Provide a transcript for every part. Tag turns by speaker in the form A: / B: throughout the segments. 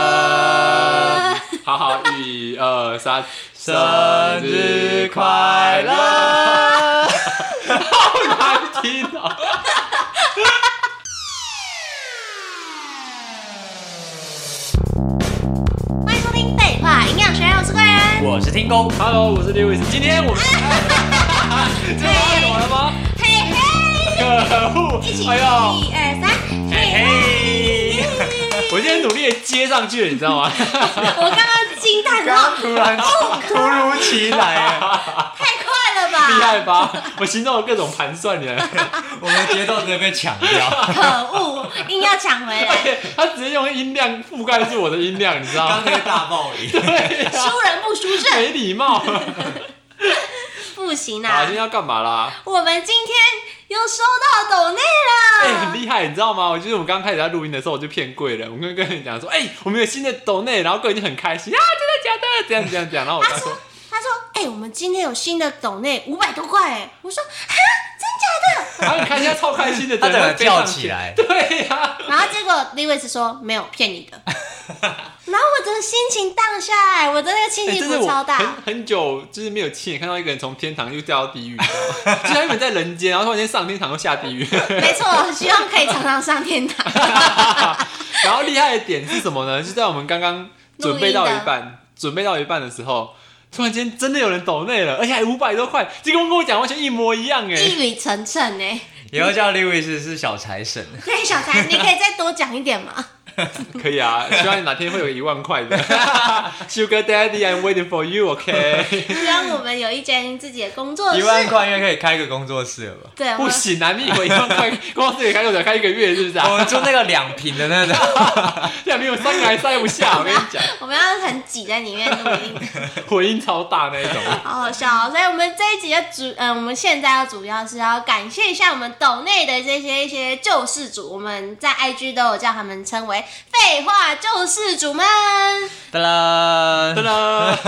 A: 生好好，一二三，生日快乐！好难听啊！
B: 欢迎收听《废话营养学》，我是贵人。
C: 我是听工，
A: Hello，我是 Lewis，今天我们这么有了吗？
B: 嘿嘿，
A: 可恶
B: 一起！
A: 哎呦，
B: 一二三，嘿嘿。
A: 我今天努力地接上去了，你知道 吗？
B: 我刚刚惊叹
C: 刚
B: 号，
C: 突然突如其来，
B: 太快了
A: 厉
B: 吧！
A: 害吧？我心中有各种盘算呢。
C: 我们节奏直接被抢 掉。
B: 可恶，硬要抢回来，
A: 他直接用音量覆盖住我的音量，你知道
C: 刚
A: 吗？
C: 才大暴雨，
B: 输人不输 阵，
A: 没礼貌。
B: 不行
A: 啊，
B: 啊
A: 今天！要干嘛啦？
B: 我们今天又收到抖内
A: 哎、
B: 了
A: 很，厉害，你知道吗？我就是我们刚开始在录音的时候，我就骗贵人，我跟跟人讲说，哎、我们有新的抖内，然后贵人就很开心啊，真的假的？这样这样这样，然后我
B: 他
A: 才说
B: 说，他说，哎、我们今天有新的抖内五百多块，哎，我说哈，真假的？
A: 然后你看一下超开心的，
C: 他
A: 整
C: 整
A: 个
C: 个
A: 人飞上
C: 跳起来
A: 对呀、
B: 然后结果 Lewis 说没有骗你的，然后我真的心情荡下来，我的那个
A: 哎
B: 心
A: 真
B: 情
A: 的
B: 波
A: 我
B: 超大。
A: 很很久就是没有亲眼看到一个人从天堂又掉到地狱， 你知道吗就他原本在人间，然后突然间上天堂又下地狱。
B: 没错，希望可以常常上天堂。
A: 然后厉害的点是什么呢？就在我们刚刚准备到一半，准备到一半的时候，突然间真的有人抖内了，而且还五百多块，这跟跟我讲完全一模一样哎。
B: 一语成谶呢。
C: 以后叫 Lewis 是小财神。
B: 对，小谭，你可以再多讲一点吗？
A: 可以啊，希望你哪天会有一万块的。Sugar Daddy，I'm waiting for you，OK？、
B: 希望我们有一间自己的工作
C: 一
B: 室。
C: 万块应该可以开个工作室了吧？
B: 对，我
A: 不
B: 们
A: 行啊，你以为一万块光自己开就得开一个月是不是
C: 我
A: 啊？
C: 们做那个两平的 那种，
A: 这两边有三个还塞不下，我跟你讲，
B: 我们要很挤在里面录音，
A: 回音超大那一种。
B: 好好笑哦。所以，我们这一集的主，嗯、我们现在要主要是要感谢一下我们岛内的这些一些救世主，我们在 IG 都有叫他们称为“废话救世主”们。
C: 哒啦
A: 真，的，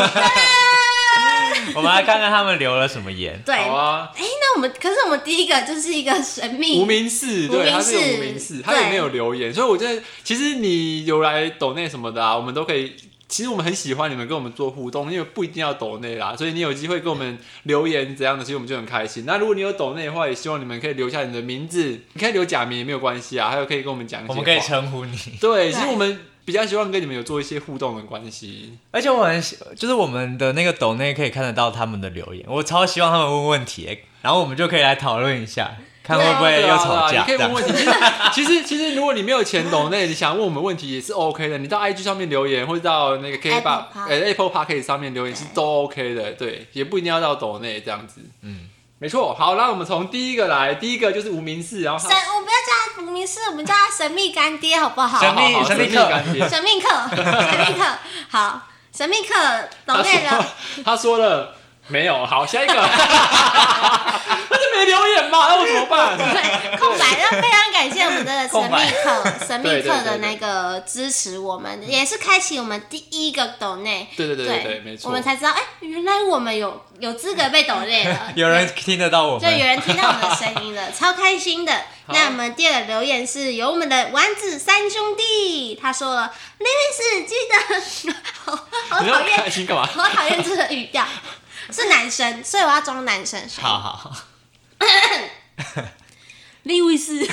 C: 我们来看看他们留了什么 言。
B: 对，哎、
A: 好啊。
B: 那我们可是我们第一个就是一个神秘
A: 无名氏，
B: 无名
A: 对，他是有
B: 氏
A: 无名氏，
B: 对
A: 他也没有留言，所以我觉得其实你有来抖内什么的啊，我们都可以。其实我们很喜欢你们跟我们做互动，因为不一定要抖内啦，所以你有机会跟我们留言怎样的，其实我们就很开心。那如果你有抖内的话，也希望你们可以留下你的名字，你可以留假名也没有关系啊，还有可以跟我们讲一些
C: 我
A: 话，
C: 们可以称呼你，
A: 对，
B: 对
A: 其实我们比较希望跟你们有做一些互动的关系。
C: 而且我很喜，就是我们的那个抖内可以看得到他们的留言，我超希望他们问问题欸，然后我们就可以来讨论一下，看会不会
A: 对
C: 又
A: 啊
C: 吵
A: 对啊
C: 架。
A: 你可以
C: 这样
A: 问问题。 其实其实其实，如果你没有钱抖内，你想问我们问题也是 OK 的。你到 IG 上面留言，或者到那个 K
B: Apple
A: Bar 呃 Apple Park 上面留言是都 OK 的，对，也不一定要到抖内这样子。
C: 嗯，
A: 没错。好，那我们从第一个来，第一个就是无名氏，然后
B: 神，
A: 他
B: 我们不要叫他无名氏，我们叫他神秘干爹，好不好？
C: 神秘
A: 好好
C: 神
A: 秘
C: 秘客
A: 干爹，
B: 神秘 客，神秘客，好，神秘客懂
A: 他
B: 内
A: 说
B: 了，
A: 他说了没有？好，下一 个，他就没留言嘛，那我怎么办？
B: 对，空白。那非常感谢我 们的神
C: 空
B: 秘
C: 白。
B: 客，神
A: 对对
B: 秘
A: 对
B: 客的那个支持我们，也是开启我们第一个抖内。
A: 对对对对对，没错。
B: 我们才知道，哎，原来我们有有资格被抖内了
C: 有人听得到我
B: 就有
C: 们，
B: 人听到我们的声音了，超开心的。
A: 好
B: 那我们第二个留言是由我们的丸子三兄弟，他说了：“李律师记得，好好
A: 你要
B: 讨厌
A: 开心干嘛？
B: 我讨厌这个语调，是男生，所以我要装男生。
C: 好好好。
B: 利维斯，
C: 等一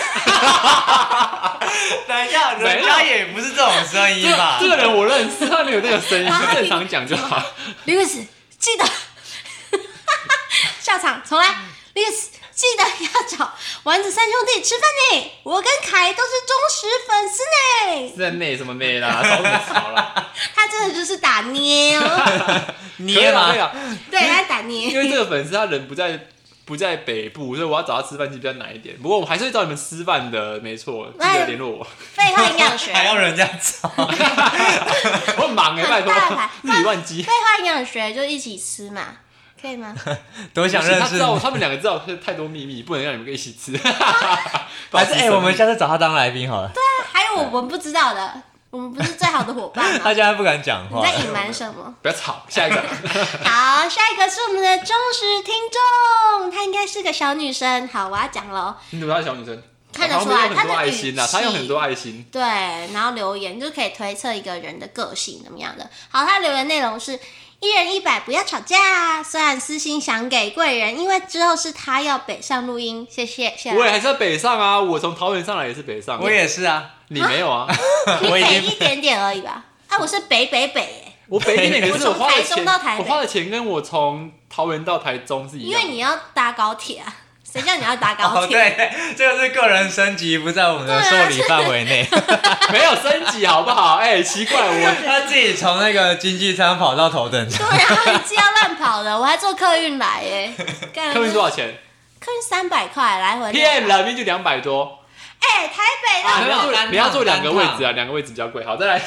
C: 下，
A: 人
C: 人
A: 家
C: 家也不是这种声音
A: 这
C: 吧？
A: 这个人我认识，他没有那个声音，
B: 啊
A: 正常讲就好。
B: 利维斯，记得，笑场，重来。利维斯，记得要找丸子三兄弟吃饭呢。我跟凯都是忠实粉丝呢。
A: 在内什么内 啦，少什么少啦，
B: 他真的就是打捏哦，
C: 捏
A: 嘛
C: 吗
A: 对？啊，
B: 对，他打
A: 因
B: 捏。
A: 为这个粉丝他人不在不在北部，所以我要找他吃饭其实比较难一点。不过我们还是会找你们吃饭的，没错，记得联络我。
B: 废话营养学，
C: 还要
B: 废
C: 人家找？
A: 我很忙哎，拜托
B: 很大牌，
A: 日理万机。
B: 话营养学就一起吃嘛，可以 吗？
C: 多想认
A: 他
C: 识
A: 知？道他们两个知道太多秘密，不能让你们一起吃。
C: 还是
A: 保持
C: 哎、
A: 神秘
C: 我们下次找他当来宾好了。
B: 还有我们不知道的，我们不是最好的伙伴
C: 他
B: 吗？
C: 现在不敢讲
B: 你
C: 话
B: 在。隐瞒什么？
A: 不要吵，下一个
B: 好，下一个是我们的忠实听众，她应该是个小女生。好，我要讲喽。
A: 你怎么知道小女生？
B: 看得
A: 旁
B: 出
A: 边
B: 来
A: 有
B: 他
A: 很多
B: 的
A: 爱
B: 语
A: 心
B: 气，
A: 呐、他有很多爱心。
B: 对，然后留言就可以推测一个人的个性怎么样的。好，他留言内容是。一人一百，不要吵架。虽然私心想给贵人，因为之后是他要北上录音，谢谢。谢谢
A: 我也还是在北上啊，我从桃园上来也是北上，
C: 我也是啊，
A: 你没有啊？
B: 你
C: 我已
B: 北
C: 经
B: 一点点而已吧？啊，我是北北北耶，
A: 我北一点，可是
B: 我
A: 我
B: 从
A: 花
B: 台
A: 的
B: 中
A: 钱
B: 到台，北
A: 我花的钱跟我从桃园到台中是一
B: 因
A: 样的。
B: 为你要搭高铁 啊，谁叫你要搭高
C: 哦
B: 铁？
C: 对，这个是个人升级，不在我们的受理范围内。
A: 没有升级好不好？哎、奇怪，我
C: 他自己从那个经济舱跑到头等舱，
B: 对啊然后一直要乱跑的，我还坐客运 来耶。干
A: 客运多少？钱？
B: 客运三百块来回。
A: 骗！人，明明就两百多
B: 哎、台北
A: 啊！你
B: 到
C: 没有
A: 要坐
C: 单趟
A: 你要坐两个
C: 单
A: 位
C: 趟
A: 置啊，两个位置比较贵。好，再来，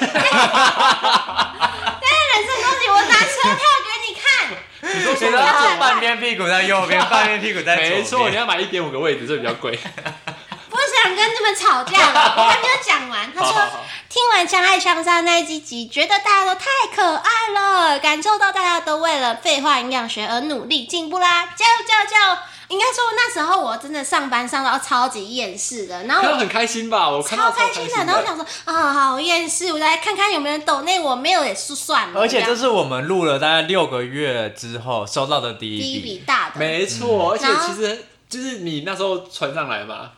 B: 人这东西，我拿车票给你 看。
A: 你说
C: 所以
B: 两
C: 他
B: 百
C: 坐半边屁股在右边，半边屁股在左边。
A: 没错，你要买一点五个位置，所以比较贵。
B: 哦我想跟你们吵架了，我还没有讲完。他
A: 好好
B: 说。
A: 好，
B: 听完《相爱相杀》那一集集，觉得大家都太可爱了，感受到大家都为了废话营养学而努力进步啦！加油加油加油！应该说那时候我真的上班上到超级厌世的，然后
A: 看到
B: 我
A: 很开心吧？我看到超
B: 超开
A: 开
B: 心
A: 心
B: 的，然后我想说啊，好厌世，我来看看有没有人抖内，我没有也是算了。
C: 而且
B: 这
C: 这
B: 样
C: 是我们录了大概六个月之后收到的第
B: 第
C: 一
B: 一
C: 笔
B: 笔。大的，
A: 没错，而且
B: 然后嗯
A: 其实。就是你那时候传上来嘛，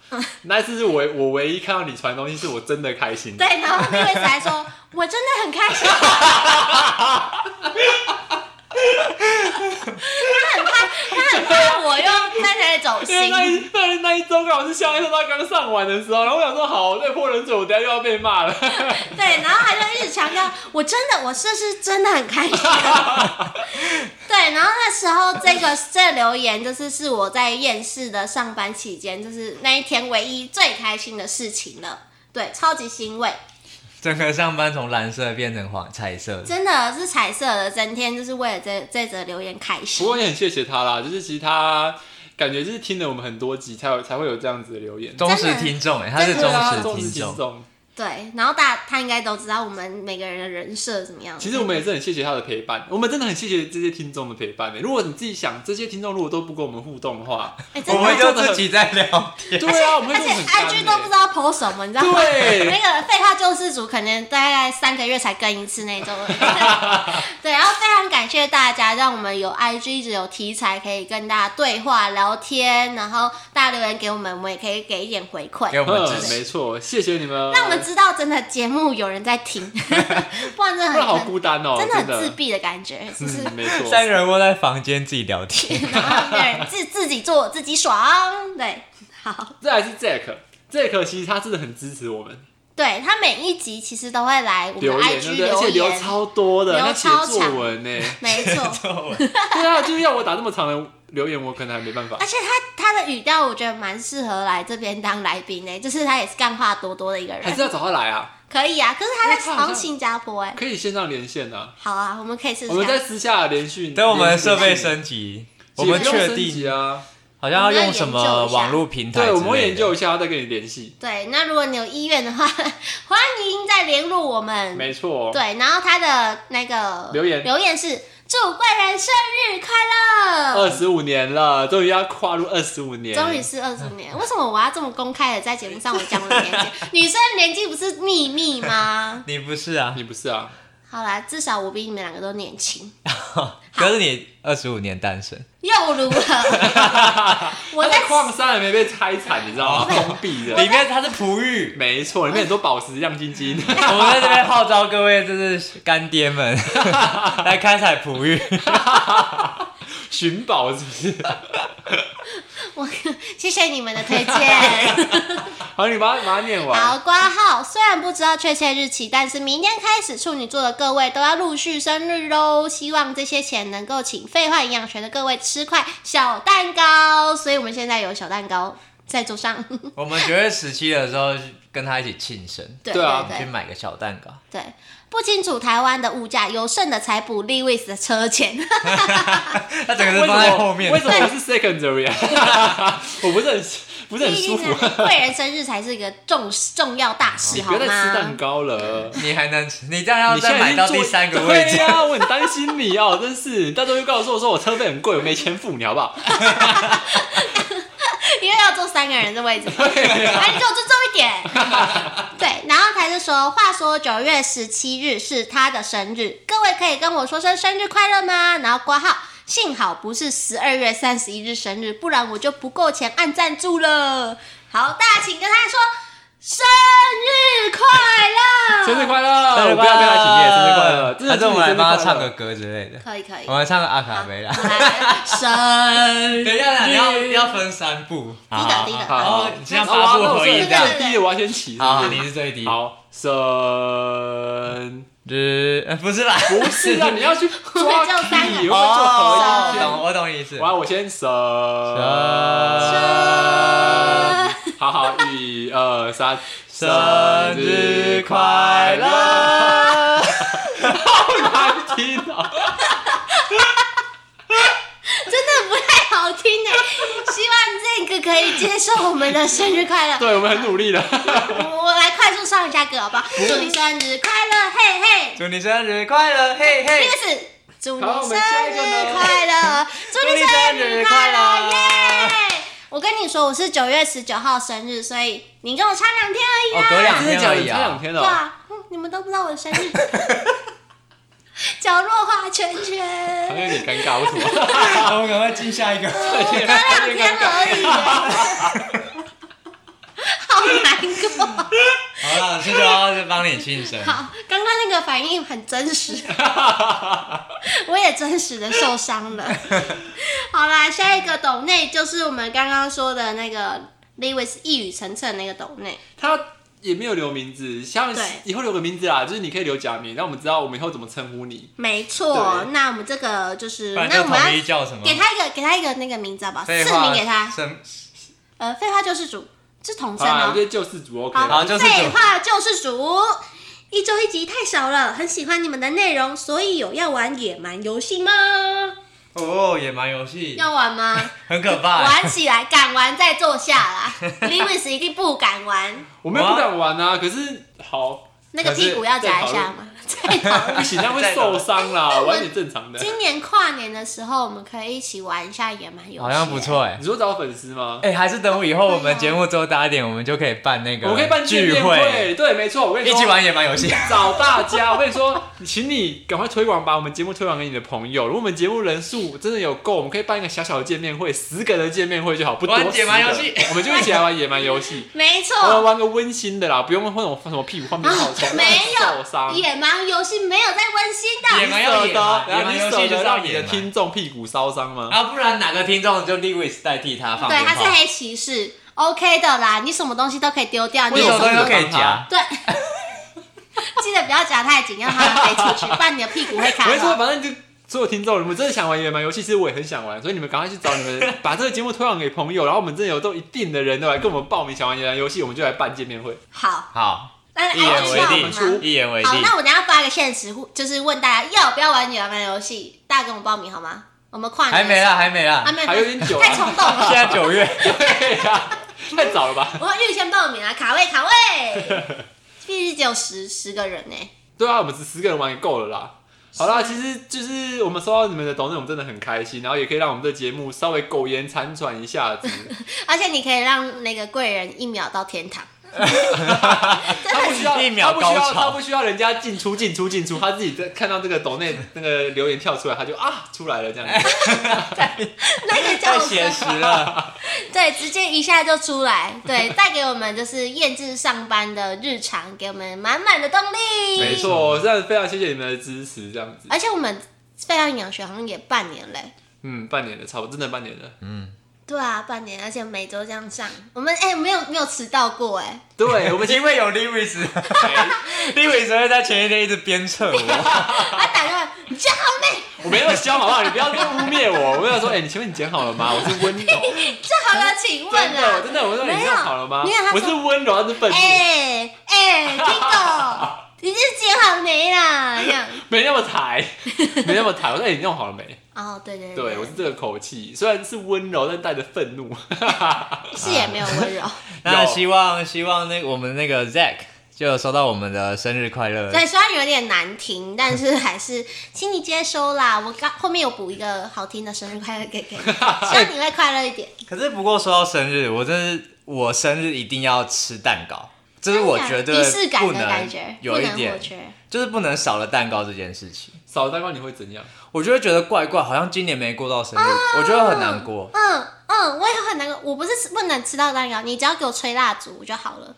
A: 那一次是我我唯一看到你传的东西，是我真的开心的。
B: 对，然后那位子还说，我真的很开心。他很怕，他很怕我又站起来 走
A: 因为
B: 心。
A: 那一那一那一周刚好是相爱说他刚上完的时候，然后我想说好，再泼冷水，我等一下又要被骂 了。
B: 对，然后他就一直强调，我真的，我是是真的很开心。啊 对，然后那时候这个这留言就是是我在厌世的上班期间，就是那一天唯一最开心的事情了。对，超级欣慰，
C: 整个上班从蓝色变成黄彩色的，
B: 真的是彩色的，整天就是为了这这则留言开
A: 不
B: 心。
A: 过也很谢谢他啦，就是其实他感觉就是听了我们很多集，才有才会有这样子的留言。
C: 忠实听众哎、他是
A: 对啊
C: 忠实
A: 实
C: 听众。
A: 众。
B: 对，然后大他应该都知道我们每个人的人设怎么样。
A: 其实我们也是很谢谢他的陪伴，我们真的很谢谢这些听众的陪伴、欸。如果你自己想，这些听众如果都不跟我们互动的 话，
B: 哎、真
C: 我
B: 的，
C: 们
A: 真
C: 就
A: 的很
C: 自己在聊天，
A: 对啊，我们会
B: 而
A: 真的
B: 且
A: 很干、欸。
B: IG 都不知道 po 什么，你知道吗？
A: 对
B: 那个废话救世主可能大概三个月才更一次 那种。对，然后非常感谢大家，让我们有 IG 一直有题材可以跟大家对话聊天，然后大家留言给我们，我们也可以给一点回
C: 给我
B: 馈，
C: 们
A: 嗯
C: 支，持。
A: 没错，谢谢你们。
B: 让我们知道真的节目有人在 听，不然真的
A: 不然好
B: 很
A: 孤单哦、
B: 真的
A: 真
B: 很自闭的感觉，就是
A: 嗯，没 错。
C: 三个人窝在房间自己聊天，
B: 然后对自自己做自己爽，对，好。
A: 再来是 Jack，Jack 其实他真的很支持我们，
B: 对他每一集其实都会来我们
A: 留言对
B: IG
A: 不
B: 留
A: 对？而且留超多的，
B: 留
A: 他写
B: 超
A: 作
B: 长
A: 文呢、
B: 没错。
A: 对啊，就是要我打这么长的留言，我可能还没办 法
B: 而。且他他的语调，我觉得蛮适合来这边当来宾呢、就是他也是干话多多的一个
A: 还
B: 人
A: 是，要找他来啊，
B: 可以啊。可是他
A: 因为他
B: 在
A: 好像
B: 好像新加坡哎、
A: 可以线上连线啊。
B: 好啊，我们可以试
A: 我们
B: 试
A: 在
B: 看。
A: 私下连讯，
C: 等我们
A: 连讯
C: 设备升级，我
A: 其实
C: 们
A: 不用
C: 确
A: 升级
C: 定
A: 啊，
C: 好像要用什么网络平台之类
A: 对，
C: 的，
A: 我们会研究一下，再跟你联系。
B: 对，那如果你有意愿的话， 欢迎再联络我们。
A: 没错，
B: 嗯对，然后他的那个
A: 留言
B: 留言是祝贵人生日快
A: 二
B: 乐。
A: 十五年了，终于要跨入二十五年，
B: 终于是二十年，为什么我要这么公开的在节目上我讲我的年纪？ 女生的年纪不是秘密吗？
C: 你不是啊？
A: 你不是啊？
B: 好啦，至少我比你们两个都年轻。
C: 可是你二十五年单身，
B: 又如了，我
A: 他
B: 在
A: 在矿山还没被拆产，你知 道吗？封闭的，
C: 里面它是璞玉。
A: 没错，里面很多宝石亮晶 晶。
C: 我们在这边号召各位就是干爹们来开采璞玉，
A: 寻宝是不是？
B: 我谢谢你们的推 荐。
A: 好，你把它把它念完。
B: 好，挂号虽然不知道确切日期，但是明天开始，处女座的各位都要陆续生日喽。希望这些钱能够请废话营养学的各位吃块小蛋糕，所以我们现在有小蛋糕在桌上。
C: 我们九月十七的时候跟他一起庆生，
B: 对
A: 对啊
B: 对
C: 去
B: 对
C: 买个小蛋糕。
B: 对不清楚台湾的物价，有剩的才补 l e w i s 的 车钱。
C: 他整个是放在后面
A: 为，什么我是 secondary 啊？我不是很不是很 舒服，
B: 贵人生日才是一个重重要大 事，
A: 你
B: 好
A: 不
B: 吗？
A: 要再吃蛋糕了。
C: 你还能吃？你这样要再买到第 三个
A: 你
C: 位
A: 现在已经做对，呀、
C: 置
A: 啊，我很担心你哦、 真是。你到时候又告诉我说我车费很贵，我没钱付你，好不好？
B: 因为要坐三个人的位置，哎，你给我坐重一点。对，然后他就说，话说九月十七日是他的生日，各位可以跟我说声生日快乐吗？然后挂号。幸好不是十二月三十一日生日，不然我就不够钱按赞助了。好，大家请跟他说生日快乐，
A: 生日快乐！我不要跟他请夜，生日快乐！真的
C: 还是我们来帮他唱个
A: 歌。
C: 歌之类的，
B: 可以可以
C: 我。们唱个阿
B: 好
C: 卡贝拉。
B: 我来生日，
C: 等一下啦，你要你要分三步，
B: 低的低的
C: 然后
A: 好，
C: 你哦先八步合一这样
B: 对对。对
A: 第一我要先起。
C: 好，
A: 是不
C: 你
A: 是
C: 是最低。
A: 好，生
C: 就是呃不是啦，
A: 不是啊，你要去抓
B: 我就三个
A: 题，我要做合
C: 哦，
B: 一
A: 一
B: 句
A: 句。
C: 懂我懂你意思。
A: 我要我先生。
C: 哦
A: 好好，一二三，
C: 生日快乐！
A: 难听啊！
B: 真的不太好听呢。希望这个可以接受我们的生日快 乐。
A: 对我们很努力的，
B: 我我来快速唱一下歌好不好？祝你生日快乐，嘿嘿。
C: 祝你生日快乐，嘿
B: 第
C: 嘿
B: 二！个是祝你
A: 好我
B: 生
A: 们下一个呢
B: 日快乐，祝你生日快乐，耶！我跟你说，我是九月十九号生日，所以你跟我差两天而已
C: 哦
B: 啊。，
C: 隔两
A: 真的
C: 天
A: 假
C: 而
A: 的？
C: 已
A: 才两
C: 啊。
A: 天哦
B: 对
A: 了，
B: 啊，嗯你们都不知道我的生 日。角落画圈圈
A: 好像。有点尴尬，为什 么？
C: 我们赶快进下一个。
B: 隔两天而已耶， 好难过。
C: 好了，这就要就帮你庆生。
B: 好，刚刚那个反应很 真实，我也真实的受伤了。好啦，下一个抖内就是我们刚刚说的那个 Lewis 一语成谶那个抖内，
A: 他也没有留名字，像
B: 对
A: 以后留个名字啦，就是你可以留假名，让我们知道我们以后怎么称呼你。
B: 没错。
A: 对
B: 那我们这个就是，
C: 不然
B: 那
C: 就
B: 我们
C: 统一
B: 要
C: 叫什么？
B: 给他一个给他一个那个名字好不好？
C: 废
B: 赐
C: 话
B: 名给他，
C: 生
B: 呃，废话救世主，是童声
A: 啊，
B: 哦
A: 我觉。得救世主 OK
B: 好，
A: 啦。
C: 好救世主
B: 废话救世主。一周一集太少了，很喜欢你们的内容，所以有要玩野蛮游戏吗？
C: 哦，野蛮游戏
B: 要玩吗？
C: 很可怕欸。
B: 玩起来，敢玩再坐下啦。Lewis 一定不敢玩，
A: 我们又不敢玩啊，可是好
B: 那个屁股要夹一下嘛。再讨
A: 不
B: 论。
A: 行，那会受伤啦，玩点正常的。
B: 今年跨年的时候，我们可以一起玩一下野蛮游戏，
C: 好像不。错哎
A: 你。说找粉丝吗？
C: 哎，还是等以后我们节目多打一点，我们就可以办那
B: 哎
A: 我们
C: 个
A: 可以办见
C: 聚
A: 面
C: 会，
A: 会，对，没错，我跟你
C: 一
A: 说
C: 起玩野蛮游戏。
A: 找大家，我跟你说，请你赶快推广，把我们节目推广给你的朋友。如果我们节目人数真的有够，我们可以办一个小小的见面会，十个人见面会就好，不多。
C: 玩野蛮
A: 10个
C: 游戏，
A: 我们就一起来玩野蛮游戏，
B: 没
A: 我们
C: 哦
B: 错，
A: 玩个温馨的啦，不用那种什么屁股换面好丑，
B: 啊没有
A: 受伤。
B: 野蛮游戏没有在温馨的。
C: 野蛮要
A: 舍
C: 野
A: 得
C: 蛮，
A: 然后你
C: 野蛮游戏
A: 舍
C: 就是
A: 得
C: 要
A: 让你
C: 野
A: 的
C: 蛮
A: 听众屁股烧伤吗？
C: 啊，不然哪个听众就 Lewis 代替他放
B: 对，
C: 鞭
B: 他是
C: 炮，
B: 黑骑士，OK 的啦，你什么东西都可以丢掉，
C: 你
B: 你也
C: 什么
B: 是
C: 东西都可以夹。
B: 对，记得不要夹太紧，让它飞出去，不然你的屁股会卡
A: 我跟你说，
B: 到。
A: 反正就所有听众，你们真的想玩野蛮游戏，其实我也很想玩，所以你们赶快去找你们，把这个节目推广给朋友，然后我们真的有都一定的人都来跟我们报名想玩野蛮游戏，我们就来办见面会。
B: 好，
C: 好，
B: 那
C: 一言
B: IG
A: 让
B: 号
A: 我
C: 为
A: 们
B: 码
A: 出
C: 定，一言为
B: 好，
C: 定。
B: 那我等一下发个现实，就是问大家要不要玩女儿玩游戏，大家跟我报名好吗？我们跨年
C: 还没啦，还没
B: 啊，
C: 啦，
B: 没有，
A: 还有点久啊
B: 太冲动 了
C: 现。在九月，
A: 对呀、 太早了吧？
B: 我要预先报名啊，卡位卡位，必须只有十十个人呢、
A: 对啊，我们只十个人玩也够了啦。好啦，其实就是我们收到你们的抖内，我们真的很开心，然后也可以让我们的节目稍微苟延残喘一下 子。
B: 而且你可以让那个贵人一秒到天堂，
A: 他不需要，
C: 一秒
A: 他不需
C: 高
A: 要，
C: 潮
A: 他不需要人家进出进出进出，他自己在看到这个抖内那个留言跳出来，他就啊出来了这
B: 哎
A: 样子。
B: 那个叫
C: 太
B: 什
C: 写
B: 么
C: 实了。
B: 对，直接一下就出来，对，带给我们就是厌志上班的日常，给我们满满的动力。
A: 没错，真的非常谢谢你们的支持，这样子。
B: 而且我们非常营养学好像也半年嘞、
A: 嗯，半年了，差不多，真的半年了。
B: 对啊，半年，而且每周这样上，我们哎、没有没有迟到过哎、
A: 对，我
C: 我
A: 们
C: 们
A: 今
C: 因为有 Lewis，Lewis 会在前一天一直鞭策 我，
B: 他啊打电话，你叫妹，
A: 我没那么凶，好不好？你不要这么污蔑我。我要说，哎、你前面剪好了吗？我是 温柔，
B: 这好了，请
A: 真
B: 问
A: 的，
B: 啊，
A: 真的，我说哎你这样好了吗
B: 没有没有？他
A: 我
B: 说
A: 是温柔，他是愤怒，
B: 哎哎，Tigo，你这剪好没啦？这样，
A: 没那么 抬，没那么抬。我说，哎、你弄好了没？
B: 哦，对对
A: 对，我
B: 对
A: 是，这个口气，虽然是温柔，但带着愤 怒。
B: 是也没有温柔，
A: 啊
C: 那希望希望那个我们那个 Zack 就有收到我们的生日快乐。
B: 对，虽然有点难听，但是还是请你接收啦。我刚后面有补一个好听的生日快乐 给给你，希望你会快乐一点。
C: 可是不过说到生日，我真是我生日一定要吃蛋糕，这是我绝对
B: 仪式感
C: 不
B: 的
C: 能
B: 感觉，
C: 有一
B: 不能
C: 点
B: 或，缺。
C: 就是不能少了蛋糕这件事情。
A: 少了蛋糕你会怎样？
C: 我就会觉得怪怪，好像今年没过到生日，
B: 啊
C: 我就会很难过。
B: 嗯嗯，我也很难过，我不是吃不能吃到蛋糕，你只要给我吹蜡烛就好了。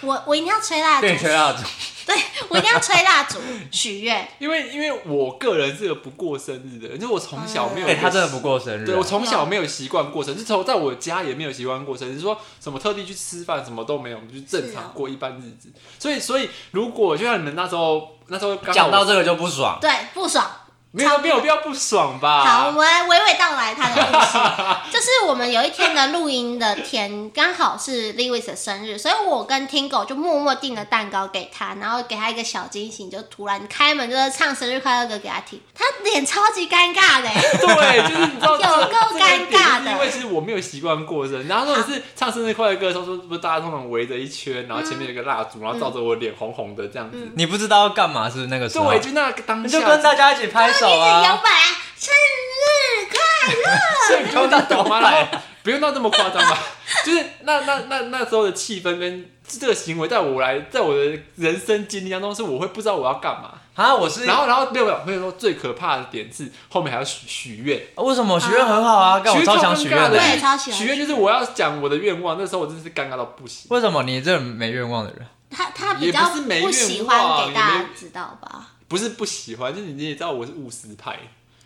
B: 我我一定要吹蜡烛，
C: 对，吹蜡烛，
B: 对我一定要吹蜡烛许愿。
A: 因为因为我个人是个不过生日的人，就是我从小没有一
C: 哎，
A: 个
C: 他真的不过生日啊。
A: 对我从小没有习惯过生日，就从在我家也没有习惯过生日，说什么特地去吃饭什么都没有，就是正
B: 是哦
A: 常过一般日子。所以，所以如果就像你们那时候，那时候刚好
C: 讲到这个就不爽。
B: 对，不爽。
A: 没有没有必要不爽吧？
B: 好，我们来娓娓道来他的故事。就是我们有一天的录音的天，刚好是 Lewis 的生日，所以我跟 Tingo 就默默订了蛋糕给他，然后给他一个小惊喜，就突然开门就是唱生日快乐歌给他听，他脸超级尴尬的欸。
A: 对，就是你知道
B: 有够尴尬的
A: 因为其实我没有习惯过生日，然后或者是唱生日快乐歌的时候，说不是大家通常围着一圈，然后前面有一个蜡烛，然后照着我脸红红的这样子。
B: 嗯
C: 你不知道要干嘛是不是那个时候
A: 对，？就那个当
C: 你
A: 下，
C: 就跟大家一起拍手
B: 一直摇
C: 啊！
B: 摆，生日快
A: 所以你
C: 从
A: 懂
C: 那
A: 吗？
C: 头来
A: 然后不用到这么夸张吧？就是那那那那时候的气氛跟这个行为，在我来，在我的人生经历当中，是我会不知道我要干嘛。
C: 啊，我是
A: 然后然后没有没有没有说最可怕的点是后面还要许许愿，
C: 为什么许愿很好啊？干我超想许愿
B: 的
C: 的
B: 我。也超喜欢
A: 许愿就是我要讲我的愿望，那时候我真的是尴尬到不行。
C: 为什么你这没愿望的人？
B: 他他比
A: 也
B: 较
A: 不是没
B: 喜
A: 愿
B: 欢
A: 望
B: 给
A: 也
B: 大家
A: 没
B: 知道吧？
A: 不是不喜欢，就是你也知道我是务实派，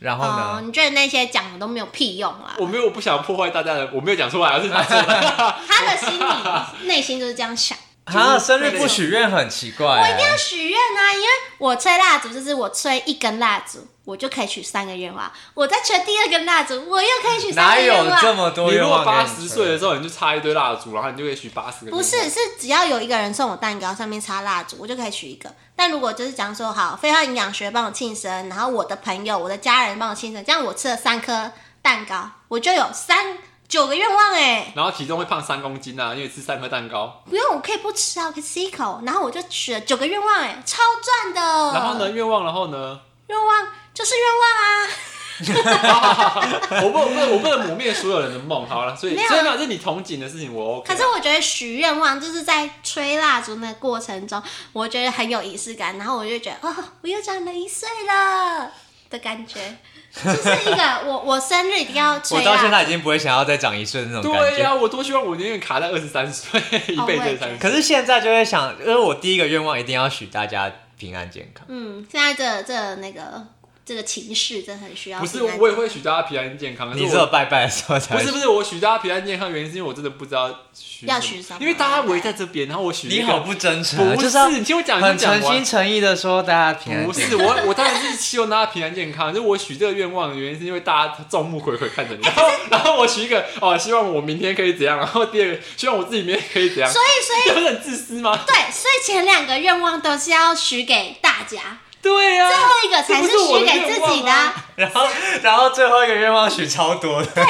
C: 然后
B: 哦，
C: 呢？
B: 你觉得那些讲的都没有屁用啦？
A: 我没有我不想破坏大家的，我没有讲出来啊，是他说的。
B: 他的心里内心就是这样想。
C: 啊，生日不许愿很奇怪
B: 我一定要
C: 欸。
B: 许愿啊，因为我吹蜡烛，就是我吹一根蜡烛，我就可以许三个愿望。我再吹第二根蜡烛，我又可以许三
C: 哪
B: 个
C: 有
B: 愿
C: 这
B: 望。
C: 么多
A: 你
C: 愿
A: 如
C: 望
A: 果
C: 给你
A: 八
C: 吹？
A: 十岁的时候，你就插一堆蜡烛，然后你就可以许八十个愿望。
B: 不是，是只要有一个人送我蛋糕，上面插蜡烛，我就可以许一个。但如果就是讲说好，废话营养学帮我庆生，然后我的朋友、我的家人帮我庆生，这样我吃了三颗蛋糕，我就有三九个愿望哎、
A: 然后体重会胖三公斤啊，因为吃三颗蛋糕。
B: 不用，我可以不吃啊，我可以吃一口，然后我就许了九个愿望哎、超赚的。
A: 然后呢，？愿望，然后呢？
B: 愿望就是愿望啊。
A: 我不，我不，我不能抹灭所有人的梦。好了，所以
B: 没有
A: 所以嘛，这你憧憬的事情我 OK
B: 可
A: 啊。
B: 是我觉得许愿望就是在吹蜡烛那个过程中，我觉得很有仪式感，然后我就觉得哦，我又长了一岁了的感觉，就是 一个我我生日一定要
C: 我
B: 吹
C: 到现
B: 蜡
C: 在
B: 烛。
C: 已经不会想要再长一岁那种感
A: 啊对呀、啊
C: 觉。
A: 我多希望我宁愿卡在二十三岁，一辈
B: 哦
A: 子三
C: 可
A: 岁。
C: 是现在就会想，因为我第一个愿望一定要许大家平安健康。
B: 嗯，现在这这那个这个情绪真的很需要
A: 不
B: 平安
A: 是，
B: 健康。
A: 我也会许大家平安健康。可是
C: 你只
A: 我
C: 有拜拜的时候才
A: 不是不是，我许大家平安健康，原因是因为我真的不知道许
B: 要许什么
A: 因为大家围在这边，然后我许一个
C: 你好不真诚 啊，
A: 不，
C: 就是是要
A: 你听我讲，
C: 很
A: 你听我
C: 诚
A: 讲完
C: 心诚意的说大家平安
A: 不
C: 健康。
A: 是我，我当然是希望大家平安健康。就 我许这个愿望的原因，是因为大家众目睽睽看着你， 然后然后我许一个哦，希望我明天可以怎样，然后第二个希望我自己明天可以怎样，
B: 所以所以
A: 这不是很自私吗？
B: 对，所以前两个愿望都是要许给大家，
A: 对啊呀、
B: 最
C: 啊
B: 后一个才
A: 这不是我
B: 许
A: 的
B: 给自己
A: 愿望
B: 的啊、
A: 啊
C: 然后， 然后最后一个愿望许超多 的，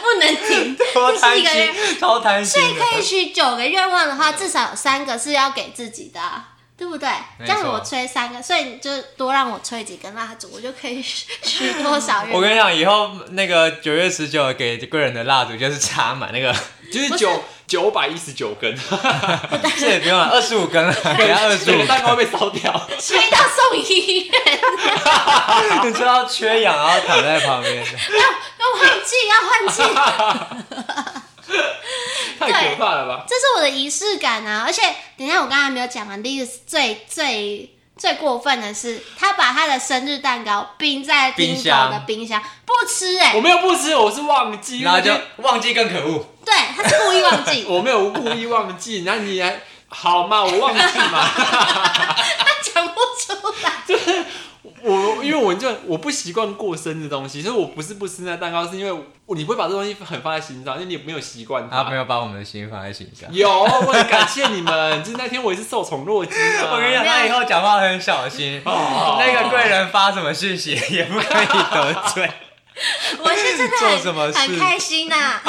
B: 不 能停。
C: 超贪
B: 这是一个
C: 心，超贪
B: 所以
C: 心的。
B: 可以许九个愿望的话，至少有三个是要给自己的啊、对不对？
C: 没错
B: 这样我吹三个，所以你就多让我吹几根蜡烛，我就可以许许多少愿
C: 我
B: 望。
C: 跟你讲，以后那个九月十九给贵人的蜡烛就是插满那个，
A: 就是
B: 不是
A: 九九百一十九根，
C: 这也不用了，二十五根 了， 给他二十
A: 整
C: 五
A: 个，蛋糕被烧掉。
B: 吹到送医院，
C: 你知道缺氧然后躺在旁 边，
B: 要换气，要换气。
A: 太可怕了吧！
B: 这是我的仪式感啊！而且，等一下我刚才没有讲完 l i 最最最过分的是，他把他的生日蛋糕冰在
C: 冰
B: Dingo
C: 箱
B: 的冰箱，不吃哎、
A: 我没有不吃，我是忘记，
C: 然后就
A: 因为，
C: 忘记更可恶。
B: 对，他是故意忘记
A: 我没有故意忘记。 那你还好嘛？我忘记嘛？
B: 他讲不出来。
A: 我因为我就我不习惯过生日的东西，所以我不是不吃那蛋糕，是因为我你不会把这东西很放在心上，因为你没有习惯它。
C: 他啊没有把我们的心放在心上。
A: 有，我很感谢你们，就是那天我也是受宠若惊啊。
C: 我跟 你讲，他以后讲 话很小心，
A: 哦
C: 那个贵人发什么讯息也不可以得罪。
B: 我是真的
C: 做
B: 很
C: 什么事
B: 很开心呐、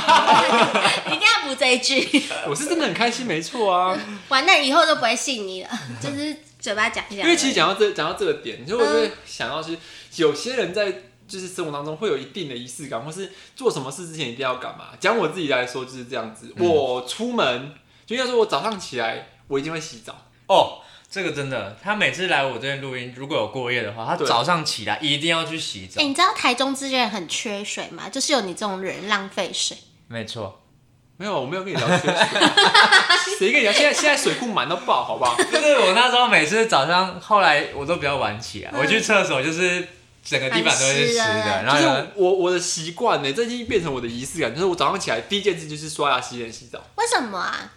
B: 一定要补这一句，
A: 我是真的很开心，没错啊。
B: 完蛋以后都不会信你了，就是嘴巴讲一下。
A: 因为其实讲到这讲到这个点，就我会想到是有些人在就是生活当中会有一定的仪式感，或是做什么事之前一定要干嘛。讲我自己来说就是这样子，
C: 嗯
A: 我出门就应该说，我早上起来我一定会洗澡，
C: 哦，这个真的，他每次来我这边录音，如果有过夜的话，他
A: 对
C: 早上起来一定要去洗澡
B: 哎、。你知道台中资源很缺水吗？就是有你这种人浪费水。
C: 没错，
A: 没有，我没有跟你聊缺 水，谁跟你聊？现在现在水库满到爆，好不 好？
C: 就是我那时候每次早上，后来我都比较晚起来，啊我去厕所就是整个地板都是湿
B: 很
C: 的，
B: 湿的
C: 然
A: 就
C: 后
A: 是
C: 有
A: 我我的习惯呢，这已经变成我的仪式感，就是我早上起来第一件事就是刷牙、洗脸、洗澡，
B: 为什么啊？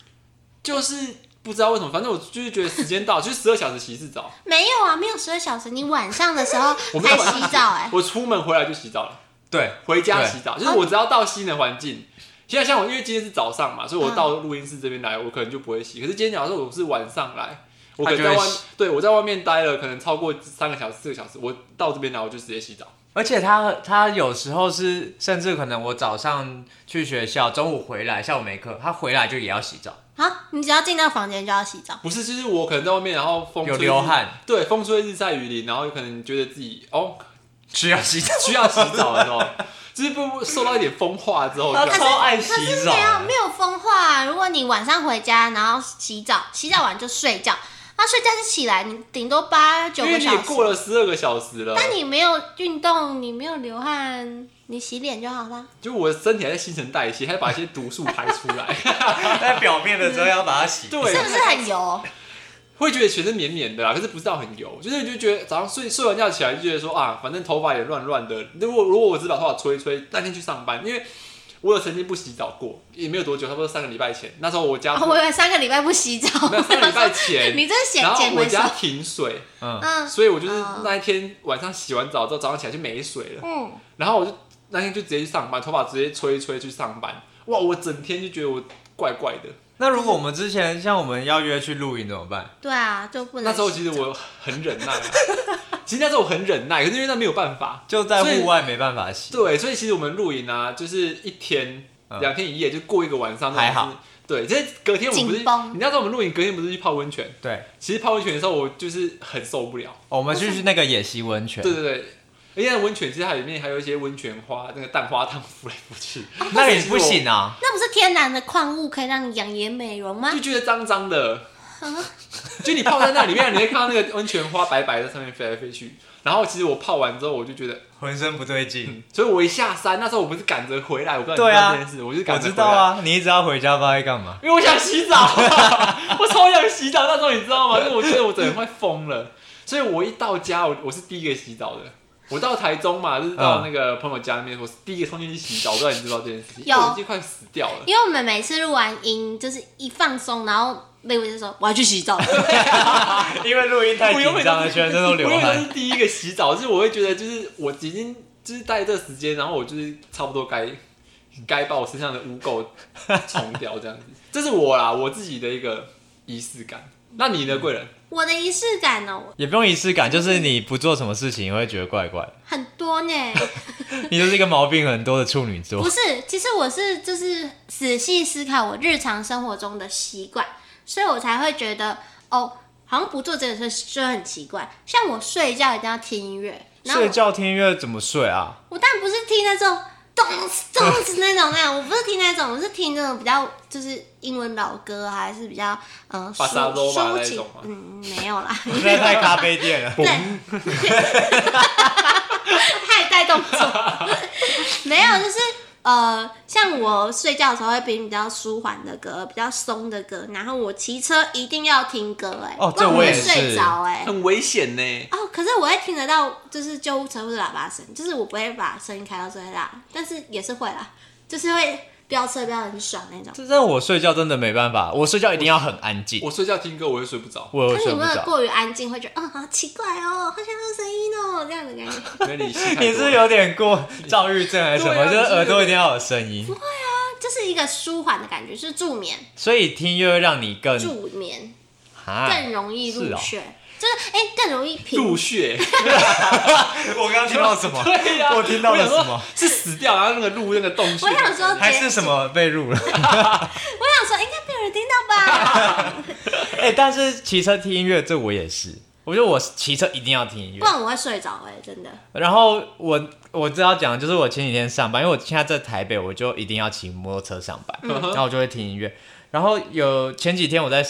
A: 就是不知道为什么，反正我就是觉得时间到，就是十二小时洗一次 澡。
B: 没有啊，没有十二小时，你晚上的时候
A: 我没
B: 才
A: 有晚上
B: 洗澡哎、
A: 我出门回来就洗澡了。
C: 对
A: 回家洗澡，就是我只要到新的环境。现在像我，因为今天是早上嘛，所以
C: 嗯
A: 我到录音室这边来，我可能就不会洗。可是今天假如说我是晚上来，我可能在
C: 它就
A: 外
C: 会洗，
A: 对我在外面待了可能超过三个小时、四个小时，我到这边来我就直接洗澡。
C: 而且他他有时候是，甚至可能我早上去学校，中午回来，下午没课，他回来就也要洗澡。
B: 好，啊你只要进到房间就要洗澡。
A: 不是，就是我可能在外面，然后风吹
C: 有流汗，
A: 对，风吹日晒雨淋，然后可能觉得自己哦
C: 需要洗澡，
A: 需要洗澡的时候， 就是不受到一点风化之后，
C: 他
B: 哦
A: 就
C: 超爱
B: 可
C: 洗
B: 是
C: 澡
B: 没。有没有风化、啊，如果你晚上回家然后洗澡，洗澡完就睡觉，那睡觉就起来，你顶多八九
A: 因为
B: 个
A: 你
B: 小
A: 也
B: 时。
A: 过了十二个小时了，
B: 呃但你没有运动，你没有流汗，你洗脸就好啦。
A: 就我的身体还在新陈代谢，还把一些毒素排出来。
C: 在表面的时候要把它洗。
A: 对
B: 是不是 很油？
A: 会觉得全身黏黏的啦，可是不知道很油，就是你就觉得早上睡睡完觉起来就觉得说啊，反正头发也乱乱的。如果如果我只把头发吹一吹，那天去上班，因为我有曾经不洗澡过，也没有多久，差不多三个礼拜前，那时候我家
B: 啊、我以为三个礼拜不洗澡，
A: 没有三个礼拜
B: 你
A: 前，
B: 真显
A: 然后
B: 捡
A: 我
B: 回收
A: 家。停水，
C: 嗯，
B: 嗯
A: 所以我就是
B: 哦
A: 那一天晚上洗完澡之后，早上起来就没水了，
B: 嗯，
A: 然后我就那天就直接去上班，头发直接吹一吹去上班，哇，我整天就觉得我怪怪的。
C: 那如果我们之前像我们要约去露营怎么办？
B: 对啊，就不能洗澡。
A: 那时候其实我很忍耐，啊其实那时候我很忍耐，可是因为那没有办法。
C: 就在
A: 所以
C: 户外没办法洗。
A: 对，所以其实我们露营啊，就是一天、
C: 嗯
A: 两天一夜，就过一个晚上。
C: 还好。
A: 对，这隔天我们不是，
B: 紧绷
A: 你知道我们露营隔天不是去泡温泉？
C: 对，
A: 其实泡温泉的时候，我就是很受不了。
C: 我们去去那个野溪温泉
A: 对，对对，而且那温泉其实它里面还有一些温泉花，那个蛋花汤浮来浮去，
C: 那里不行啊。
B: 那不是天然的矿物可以让你养颜美容吗
A: 就？觉得脏脏的。
C: 啊
A: 就你泡在那里面，你会看到那个温泉花白白的在上面飞来飞去。然后其实我泡完之后，我就觉得，嗯
C: 浑身不对劲。
A: 所以我一下山，那时候我不是赶着回来，我不知道你
C: 对
A: 知道
C: 啊
A: 这件事，我就是
C: 我
A: 赶着
C: 知
A: 回
C: 道
A: 来。
C: 啊，你一直要回家，不知道在干嘛。
A: 因为我想洗澡， 我超想洗澡。那时候你知道 吗？因为我觉得我整个人快疯了，所以我一到家，我我是第一个洗澡的。我到台中嘛，就是到那个朋友家那边，我是第一个冲进去洗
C: 嗯
A: 澡。我不知道你知不知道这件事情，因
B: 有
A: 为我已经快死掉了。
B: 因为我们每次录完音，就是一放松，然后妹妹就说我要去洗澡了。
C: 因为录音太
A: 我永远
C: 紧张
A: 都
C: 了，
A: 是
C: 全身都流
A: 我永远
C: 汗。
A: 都是第一个洗澡，就是我会觉得，就是我已经就是待这时间，然后我就是差不多该该把我身上的污垢冲掉，这样子。 这是我啦，我自己的一个仪式感。那你呢，贵人？
B: 我的仪式感哦呢、我
C: 也不用仪式感，就是你不做什么事情，你会觉得怪怪 的。
B: 很多呢。
C: 你就是一个毛病很多的处女座
B: 不。是，其实我是就是仔细思考我日常生活中的习惯，所以我才会觉得哦，好像不做这个事就很奇怪。像我睡觉一定要听音乐，然后
C: 睡
B: 我
C: 觉听音乐怎么睡啊？
B: 我当然不是听那种咚哧咚 哧那种那啊样，我不是听那种，我是听那种比较就是英文老歌，啊还是比较嗯抒
A: 巴萨罗瓦那
B: 抒
A: 一
B: 情
A: 种吗，
B: 嗯没有啦，
C: 我在在咖啡店了。
B: 对，太带动 作，没有，就是呃，像我睡觉的时候会听比较舒缓的歌，比较松的歌，然后我骑车一定要听歌、哎，
C: 哦
B: 不然
C: 这
B: 我
C: 我也
B: 会睡
C: 是
B: 着、哎。
A: 很危险呢。
B: 哦，可是我会听得到，就是救护车或者喇叭声，就是我不会把声音开到最大，但是也是会啦，就是会飙车飙得很爽那种。
C: 这让我睡觉真的没办法，我睡觉一定要很安静，
A: 我睡觉听歌，我又睡不着，
C: 我
B: 但
C: 又
B: 是
C: 睡
B: 你
C: 不
B: 没有
C: 着。
B: 过于安静，会觉得，嗯，好奇怪哦，好想有声音哦，这样的感觉。
A: 因为你戏太多了
C: 你是有点过躁郁症还是什
A: 对
C: 么？
A: 啊
C: 就是耳朵一定要有声音，
B: 这是一个舒缓的感觉，是助眠，
C: 嗯所以听音乐会让你更
B: 助眠。
C: 哈，
B: 更容易
C: 是
B: 入
C: 哦
B: 学，就是哎、更容易评
A: 入穴，
C: 我刚刚 听到什么？
A: 对呀、
C: 我听到
A: 我
C: 了
A: 想
C: 什
A: 说
C: 么？
A: 是死掉，然后那个入那个洞穴。
B: 我想说
C: 还是什么被入了？
B: 我想说应该没有人听 到吧？
C: 哎、但是骑车听音乐这我也是，我觉得我骑车一定要听音乐
B: 不。然我会睡着哎、真的。
C: 然后我我知道讲，就是我前几天上班，因为我现在在台北，我就一定要骑摩托车上班，
A: 嗯哼
C: 然后我就会听音乐。然后有前几天我在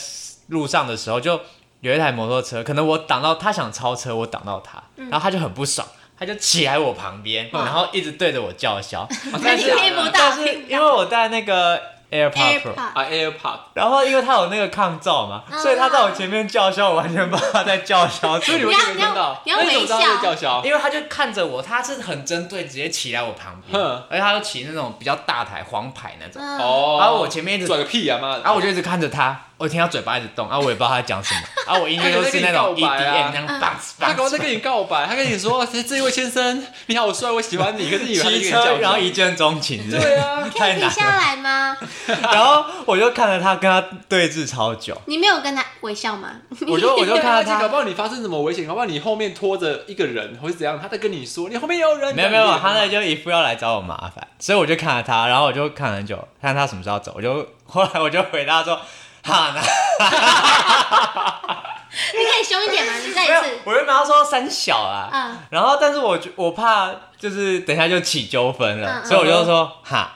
C: 路上的时候，就有一台摩托车，可能我挡到他想超车，我挡到他，
A: 嗯
C: 然后他就很不爽。他就骑来我旁边，然后一直对着我叫嚣，但是
A: 哦那你听不
B: 到
C: 但是
B: 听不到
C: 因为我戴那个 AirPod Pro，
B: AirPod，
A: 啊，AirPod，
C: 然后因为他有那个抗噪嘛，
B: 嗯
C: 所以他在我前面叫嚣，我完全不知道他在叫嚣什
A: 所以你
C: 么
A: 为。什么没听到？
B: 你要你要
A: 那你怎么知道他在叫嚣？
C: 因为他就看着我，他是很针对，直接骑来我旁边
A: 哼，
C: 而且他就骑那种比较大台黄牌那种，
B: 嗯，
A: 哦，
C: 然后啊我前面一直
A: 拽个屁啊妈的！
C: 然后我就一直看着他，我听他嘴巴一直动，啊然后我也不知道他在讲什 么，然后我音乐都是那种 E
A: 他可能在跟你告白啊
C: EDM 那样
B: 嗯
C: bounce
A: 他刚刚在
C: bounce。
A: 跟你告白，他跟你 说：“哎这这位先生，你好帅，我喜欢你。”可是你以为他在跟
C: 骑
A: 你
C: 车，
A: 叫
C: 然后
A: 嚣
C: 一见钟情，是不是
A: 对啊，
B: 可
C: 太难
B: 以停下
C: 了。
B: 来吗？
C: 然后我就看着他跟他对峙超久，
B: 你没有跟他微笑吗？
C: 我就我就
A: 他，
C: 看
A: 搞
C: 到
A: 不
C: 他，
A: 好你发生什么危险，搞不好你后面拖着一个人或是怎样，他在跟你说：“你后面有人。”
C: 没有没有，他那
A: 在
C: 就一副要来找我麻烦，所以我就看着他，然后我就看很久，看他什么时候走，我就 后来我就回答说，哈，那
B: 你可以凶一点吗？你再
C: 没有
B: 一次，，
C: 我原本要说三小啊，
B: 嗯
C: 然后但是我觉我怕就是等一下就起纠纷了，
B: 嗯嗯
C: 所以我就说 哈，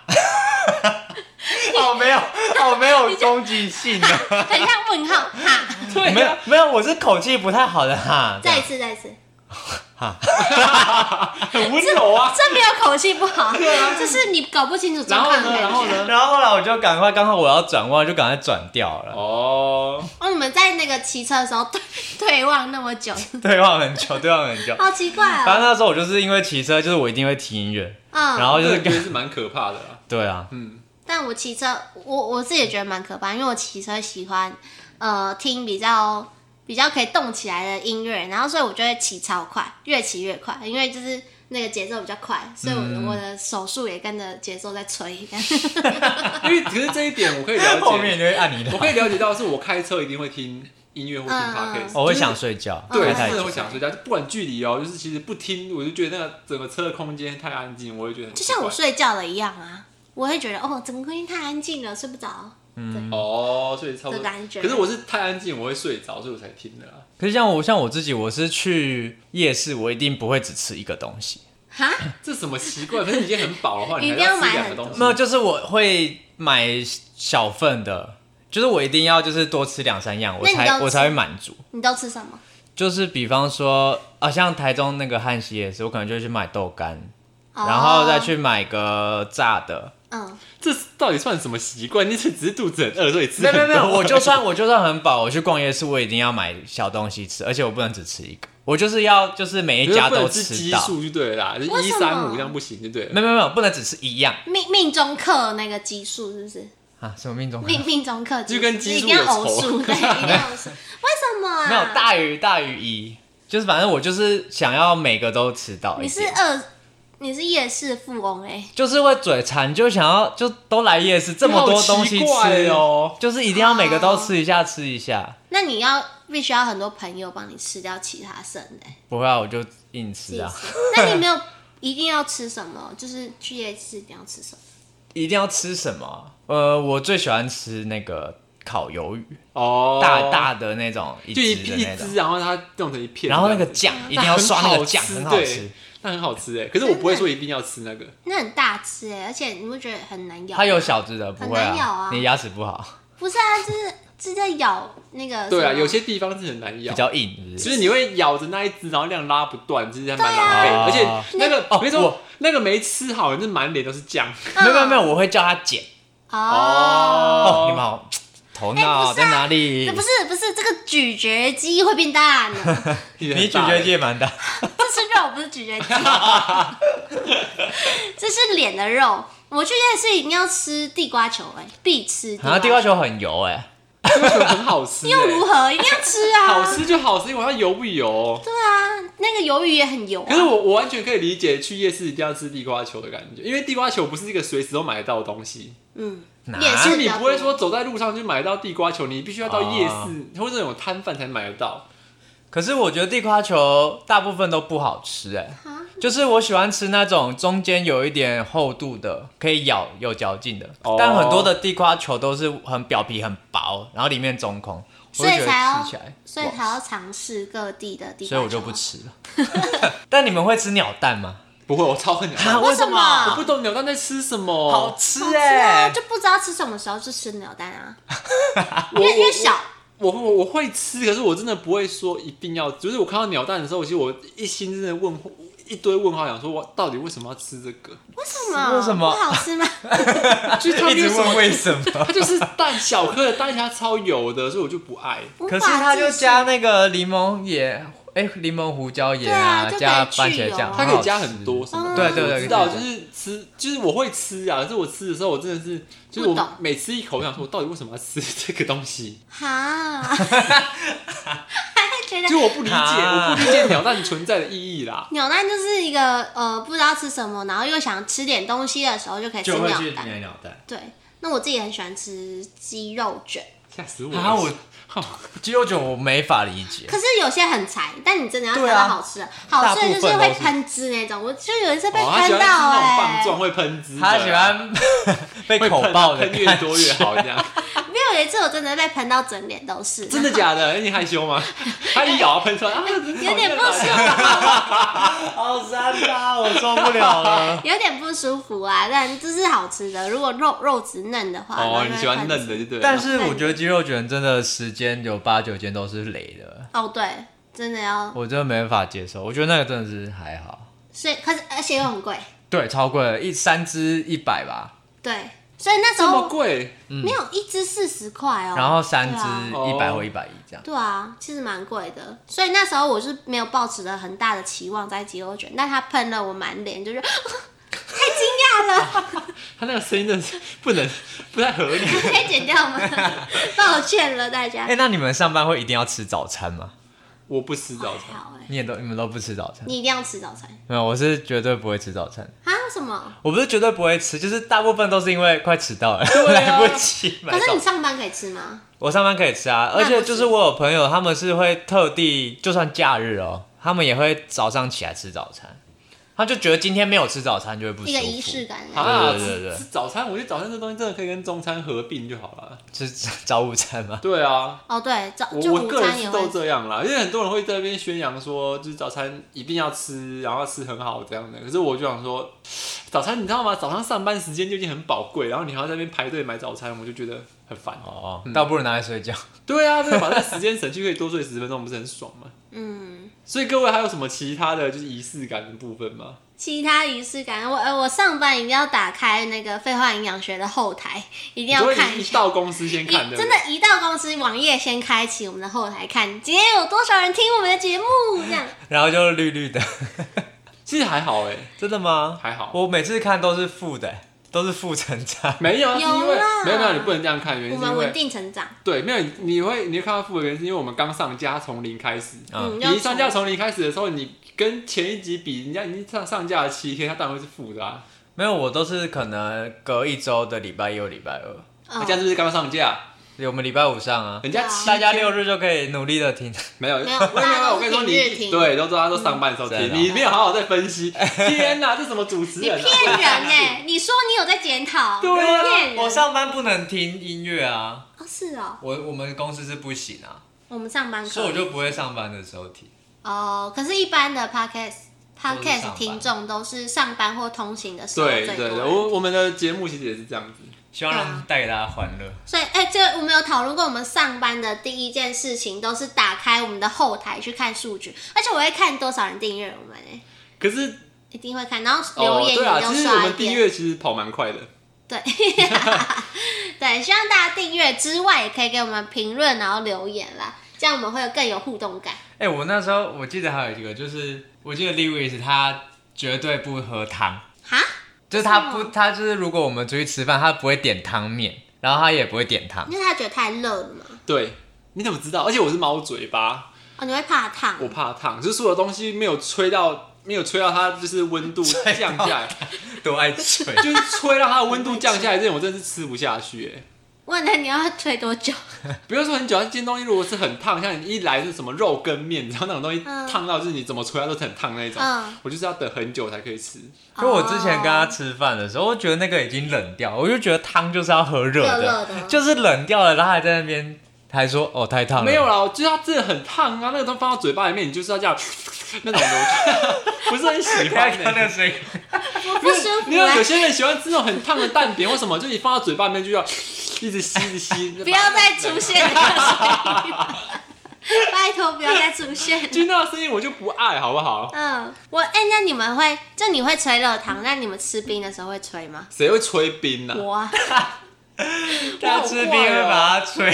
C: 好没有好没 有攻击性啊，
B: 很像问号哈。
A: 对
C: 没有
A: 啊，
C: 没有，我是口气不太好的哈，这
B: 再一
C: 样
B: 次，再一次，
A: 很温柔啊。
B: 这没有口气不好，这是你搞不清楚状
A: 然后
B: 况的
A: 呢，然
B: 感
A: 后
B: 觉。
A: 呢？
C: 啊然后后来我就赶快，刚好我要转弯，我就赶快转掉了，
A: 哦，
B: 哦，你们在那个骑车的时候对对望那么久，
C: 对望很久，对望很久。
B: 好奇怪
C: 反正
B: 啊。
C: 那时候我就是因为骑车，就是我一定会听音乐，
B: 嗯，
C: 然哦后就
A: 这
C: 是
A: 个觉得是蛮可怕的啊。
C: 对啊，
A: 嗯，
B: 但我骑车，我我自己也觉得蛮可怕，因为我骑车喜欢呃听比较比较可以动起来的音乐，然后所以我就会骑超快，越骑越快，因为就是那个节奏比较快，所以我的、我的手速也跟着节奏在催。
A: 因为可是这一点我可以了
C: 后
A: 解，
C: 面就会按你的
A: 我，可以了解到是我开车一定会听音乐或听
B: 嗯嗯
A: podcast，
C: 我会
A: 就是嗯
C: 想睡觉，
A: 对，
C: 开哦太
A: 真的
C: 久
A: 会。想睡觉，就不管距离哦，就是其实不听，我就觉得那个整个车的空间太安静，我会觉得很
B: 就
A: 奇怪
B: 像我睡觉了一样啊，我会觉得哦，整个空间太安静了，睡不着。嗯，
A: 哦，所以差不
B: 的
A: 多
B: 感觉。
A: 可是我是太安静，我会睡着，所以我才听的啦。
C: 可是像我像我自己，我是去夜市，我一定不会只吃一个东西，
B: 哈，
A: 这什么奇怪？可是你已经很饱的 话，你
B: 你一
A: 还
B: 定要
A: 吃
B: 买
A: 两个
B: 很
A: 东西
C: 没有，就是我会买小份的，就是我一定要就是多吃两三样，我
B: 那你要
C: 才
B: 吃
C: 我才会满足。
B: 你都吃什么？
C: 就是比方说啊，像台中那个汉西夜市，我可能就会去买豆干，然后再去买个炸的。
B: 哦，
A: 这到底算什么习惯？你是只是肚子很饿，所以吃
C: 没有没有 没有，
A: 很多
C: 我就算我就算很饱，我去逛夜市，我一定要买小东西吃，而且我不能只吃一个，我就是要就是每一
A: 就是
C: 家
A: 不能
C: 都
A: 吃
C: 吃
A: 奇
C: 到。
A: 数就对了啦，就
B: 为
A: 一
B: 什么
A: 三五这样不行就对了。
C: 没有没有没有，不能只吃一样
B: 嗯，命命中课那个基数是不是？
C: 啊！什么命中？
B: 命命中克基
A: 就
B: 数
A: 跟基数
B: 一定要
A: 有仇
B: 偶数，对，一定要偶 数。为什么啊？
C: 没有大于大于一，就是反正我就是想要每个都吃到一
B: 你是
C: 点，
B: 二，你是夜市富翁哎、
C: 就是会嘴馋，就想要就都来夜市这么多东西
A: 你好奇怪
C: 吃
A: 哦
C: 就是一定要每个都吃一下吃一下。
B: 那你要必须要很多朋友帮你吃掉其他剩的、欸。
C: 不会啊，我就硬吃啊，
B: 自己吃那你没有一定要吃什么？就是去夜市一定要吃什么？
C: 一定要吃什么？呃，我最喜欢吃那个烤鱿鱼，
A: 哦，
C: 大大的那种，哦一
A: 就一
C: 只的
A: 一
C: 那种
A: 只，，然后它弄成一片这样子，
C: 然后那个酱一定要刷那个酱，
A: 很
C: 很
A: 好
C: 好
A: 吃
C: 吃
A: 对。那很好吃哎，可是我不会说一定要吃那个。
B: 那很大吃哎、而且你会觉得很难咬。
C: 它有小只的，不会
B: 很难咬啊
C: 你牙齿不好，
B: 不是啊，就是是在咬那个。
A: 对啊，有些地方是很难咬
C: 比，较硬，是不是
A: 就是你会咬着那一只，然后那样拉不断，就是还蛮狼狈。
C: 对啊
A: 而且那个
C: 那
A: 没错
C: 哦，
A: 那个没吃好，那满脸都是酱。
C: 没有没有没有，我会叫它剪。
B: 哦。
C: 哦，你们好，头
B: 哎
C: 脑
B: 不是啊
C: 在哪里？
B: 这不是不是这个咀嚼肌会变大呢，
A: 你
C: 你咀嚼肌也蛮 大，
B: 这是肉不是咀嚼肌， 这是脸的肉。我去夜市一定要吃地瓜球、哎，必吃
C: 然后啊地瓜，球很油哎、
A: 很好吃欸，
B: 又如何？一定要 吃啊！
A: 好吃就好吃，因为它油不油。
B: 对啊，那个鱿鱼也很油、啊。
A: 可是我我完全可以理解去夜市一定要吃地瓜球的感觉，因为地瓜球不是一个随时都买得到的东西。
B: 嗯，
C: 拿。
B: 也是
A: 就你不会说走在路上就买到地瓜球，你必须要到夜市、
C: 哦
A: 或者那种摊贩才买得到。
C: 可是我觉得地瓜球大部分都不好吃、哎，
B: 啊，
C: 就是我喜欢吃那种中间有一点厚度的，可以咬有嚼劲的。
A: 哦
C: 但很多的地瓜球都是很表皮很薄，然后里面中空，我
B: 所
C: 就
B: 以
C: 觉得
B: 才要
C: 吃起来，
B: 所以才要尝试各地的地瓜球
C: 所以我就不。吃了。 但你们会吃鸟蛋吗？
A: 不会，我超恨鸟蛋，
C: 啊
B: 为什么
A: 我不懂鸟蛋在吃什么。
C: 好吃
B: 好吃
C: 哎、
B: 啊，就不知道吃什么时候就吃鸟 蛋啊，
A: 我
B: 越越
A: 我
B: 小
A: 我我我会吃，可是我真的不会说一定要。就是我看到鸟蛋的时候，其实我一心真的问一堆问号，想说我到底为什么要吃这个？
B: 为什么？
C: 为什么
B: 不好吃 吗？
A: 就是它
C: 一
A: 没有
C: 直
A: 什么
C: 问为什么。
A: 它就是蛋小颗的蛋，它超油的，所以我就不爱。
B: 无法
C: 可是它就
B: 置信
C: 加那个柠檬也，哎、柠檬胡椒也
B: 对啊就可以
C: 加
B: 去
C: 番茄酱，
B: 油
A: 它可以加
C: 好好吃哦
A: 很多什么的，
C: 对对对
A: 我知道，
C: 可以
A: 就
C: 加
A: 是吃，就是我会吃啊，可是我吃的时候，我真的是，就是
B: 不懂
A: 我每吃一口，我想说，我到底为什么要吃 这个东西？
B: 哈， 还会觉
A: 就
B: 得
A: 我不理解，
C: 啊
A: 我不理解鸟蛋存在的意义啦。
B: 鸟蛋就是一个呃不知道吃什么，然后又想吃点东西的时候就可以吃
C: 就会
B: 鸟
C: 去
B: 蛋。
C: 买鸟蛋。
B: 对，那我自己很喜欢吃鸡肉卷，
A: 吓死我了！
C: 啊，我鸡肉卷我没法理解。
B: 可是有些很柴，但你真的要吃
C: 对
B: 到
C: 啊
B: 好吃的，好吃的就是
C: 大部分
B: 会
C: 都是
B: 喷汁那种，我就有一次被
A: 哦，他喜欢吃
B: 喷到
A: 那种
B: 哎、
A: 棒状会喷汁的啊，
C: 他喜欢 被
A: 会
C: 口
A: 喷啊
C: 爆的
A: 喷越
C: 感
A: 多越
C: 觉
A: 好，这 样
B: 没有有一次我真的被喷到整脸都是，
A: 真的假的？哎你害羞吗？他一咬喷出来，啊
B: 有点不舒，
C: 好三八，我受不了了。
B: 有点不舒服啊，但这是好吃的。如果肉肉质嫩的话，然后
A: 哦，
B: 就
A: 你
B: 会
A: 喜欢
B: 喷
A: 嫩
B: 汁
A: 的 就对了。
C: 但是我觉得鸡肉卷真的十间有八九间都是雷的，
B: 哦，对，真的要，
C: 我真的没办法接受。我觉得那个真的是还好，
B: 所以可是而且又很贵，
C: 对，超贵了，一三只一百吧，
B: 对，所以那时
A: 这么
B: 候
A: 贵，嗯
B: 没有一只四十块哦，
C: 然后三只
B: 对啊
A: 哦
C: 一百或一百一这样。
B: 对啊，其实蛮贵的，所以那时候我是没有抱持着很大的期望在鸡肉卷，但他喷了我满脸，就是 太惊讶了，
A: 他那个声音真的是不能不太合理。
B: 可以剪掉吗？抱歉了大家
C: 哎、，那你们上班会一定要吃早餐吗？
A: 我不吃早
B: 还
A: 餐，
B: 好哎、
C: 你也都你们都不吃早餐？
B: 你一定要吃早餐
C: 没有，我是绝对不会吃早餐。
B: 啊？为什么？
C: 我不是绝对不会吃，就是大部分都是因为快迟到了，
A: 啊
C: 来不及买
B: 可
C: 早餐
B: 是你。上班可以吃吗？
C: 我上班可以吃啊，而且就是我有朋友，他们是会特地，就算假日哦，他们也会早上起来吃早餐。他就觉得今天没有吃早餐就会不舒服。
B: 一个仪式感的，
A: 啊，
C: 对对对对
A: 吃吃早餐，我觉得早餐这东西真的可以跟中餐合并就好了。
C: 吃吃早午餐吗？
A: 对啊，
B: 哦对，早
A: 我
B: 就
A: 我
B: 午
A: 个人
B: 餐
A: 是
B: 也
A: 都
B: 会
A: 这样啦，因为很多人会在那边宣扬说，就是早餐一定要吃，然后要吃很好这样的。可是我就想说，早餐你知道吗？早上上班时间就已经很宝贵，然后你还要在那边排队买早餐，我就觉得很烦。
C: 哦，倒不如拿来睡觉。
A: 对啊，真的把那时间省去，可以多睡十分钟，不是很爽吗？
B: 嗯。
A: 所以各位还有什么其他的就是仪式感的部分吗？
B: 其他仪式感，我呃，我上班一定要打开那个废话营养学的后台，一定
A: 你
B: 要
A: 会
B: 看
A: 一
B: 下。
A: 到公司先
B: 一
A: 看，对不
B: 真
A: 对
B: 的，一到公司网页先开启我们的后台看，今天有多少人听我们的节目？这样
C: 然后就绿绿的，
A: 其实还好哎、
C: 真的吗？
A: 还好
C: 我每次看都是负的，都是负成长。
A: 没有啊，是因为
B: 有啦
A: 没有没有，你不能这样看，原
B: 我
A: 因是
B: 们
A: 因
B: 稳
A: 为
B: 定成长。
A: 对，没有你你会你会看到负的原因是因为我们刚上架从零开始，
C: 嗯
B: 嗯，要
A: 你一上架从零开始的时候，你跟前一集比，人家已经上上架了七天，它当然会是负的啊。
C: 没有，我都是可能隔一周的礼拜一或礼拜二，
A: 人家啊
B: 嗯，
A: 是不是刚上架？
C: 我们礼拜五上啊，
A: 人家七
C: 大家
A: 天
C: 六日就可以努力的听。
A: 没有
B: 没有
A: 没
B: 大家
A: 有，
B: 都
A: 我跟你说，
B: 平日
A: 你
B: 听
A: 对，都知道他都上班的时候
C: 真
A: 听，
C: 的
A: 你没有好好在分 析。天哪，这什么主持
B: 你
A: 人
B: 骗
A: 啊？
B: 人哎、你说你有在检讨，
A: 对啊
B: 你骗人。
C: 我上班不能听音乐啊。
B: 哦是哦，
C: 我我们公司是不行啊，
B: 我们上班可以
C: 所以我就不会上班的时候听。
B: 哦，可是，一般的 podcast
C: 都是上
B: podcast
C: 班
B: 听众都是上班或通勤的时候
A: 对
B: 最多
A: 对
B: 人
A: 对，我我们的节目其实也是这样子。
C: 希望让带给大家欢乐。
B: 所以，哎、这个我们有讨论过，我们上班的第一件事情都是打开我们的后台去看数据，而且我会看多少人订阅我们、哎，
A: 可是
B: 一定会看，然后留
A: 哦，
B: 言
A: 对
B: 也
A: 啊，
B: 都
A: 其实我
B: 刷一
A: 们订
B: 遍。
A: 阅其实跑蛮快的。
B: 对， 对，希望大家订阅之外，也可以给我们评论，然后留言啦，这样我们会有更有互动感。
C: 哎、我那时候我记得还有一个，就是我记得 Lewis 他绝对不喝汤，
B: 哈，
C: 就是他
B: 为
C: 不
B: 什
C: 他就是如果我们出去吃饭，他不会点汤面，然后他也不会点汤。
B: 因为他觉得太热了嘛，
A: 对，你怎么知道？而且我是猫嘴巴，
B: 哦，你会怕烫
A: 我，怕烫，就是所有东西没有吹到，没有吹到它就是温度
C: 吹到
A: 降下来，，
C: 多爱吹
A: 就是吹到它的温度降下来，这种我真的是吃不下去、欸。
B: 问了你要吹 多久？
A: 不要说很久，它煎东西如果是很烫，像你一来是什么肉跟面，然后那种东西
B: 嗯
A: 烫到就是你怎么吹它都是很烫那一种，
B: 嗯
A: 我就是要等很久才可以吃。
C: 就我之前跟他吃饭的时候，我觉得那个已经冷掉，我就觉得汤就是要喝热
B: 热热的
C: 就是冷掉了，然后还在那边还说哦太烫了，
A: 没 有啊啦，就是它真的很烫啊，那个东西放到嘴巴里面，你就是要这样那种的，我 不是很喜欢、
C: 看
A: 欸。
C: 那声音，
B: 我不舒服啊
A: 你看有
B: 了，
A: 些人喜欢吃那种很烫的蛋饼或什么，就你放到嘴巴里面就要一直吸一直吸，
B: 不要再出现了。 拜托，不要再出现了。
A: 就那个声音我就不爱，好不好？
B: 嗯，我哎、那你们会，就你会吹热汤，那你们吃冰的时候会吹 吗？
A: 谁会吹冰呢、啊？
B: 我啊，
C: 他吃冰会把它吹，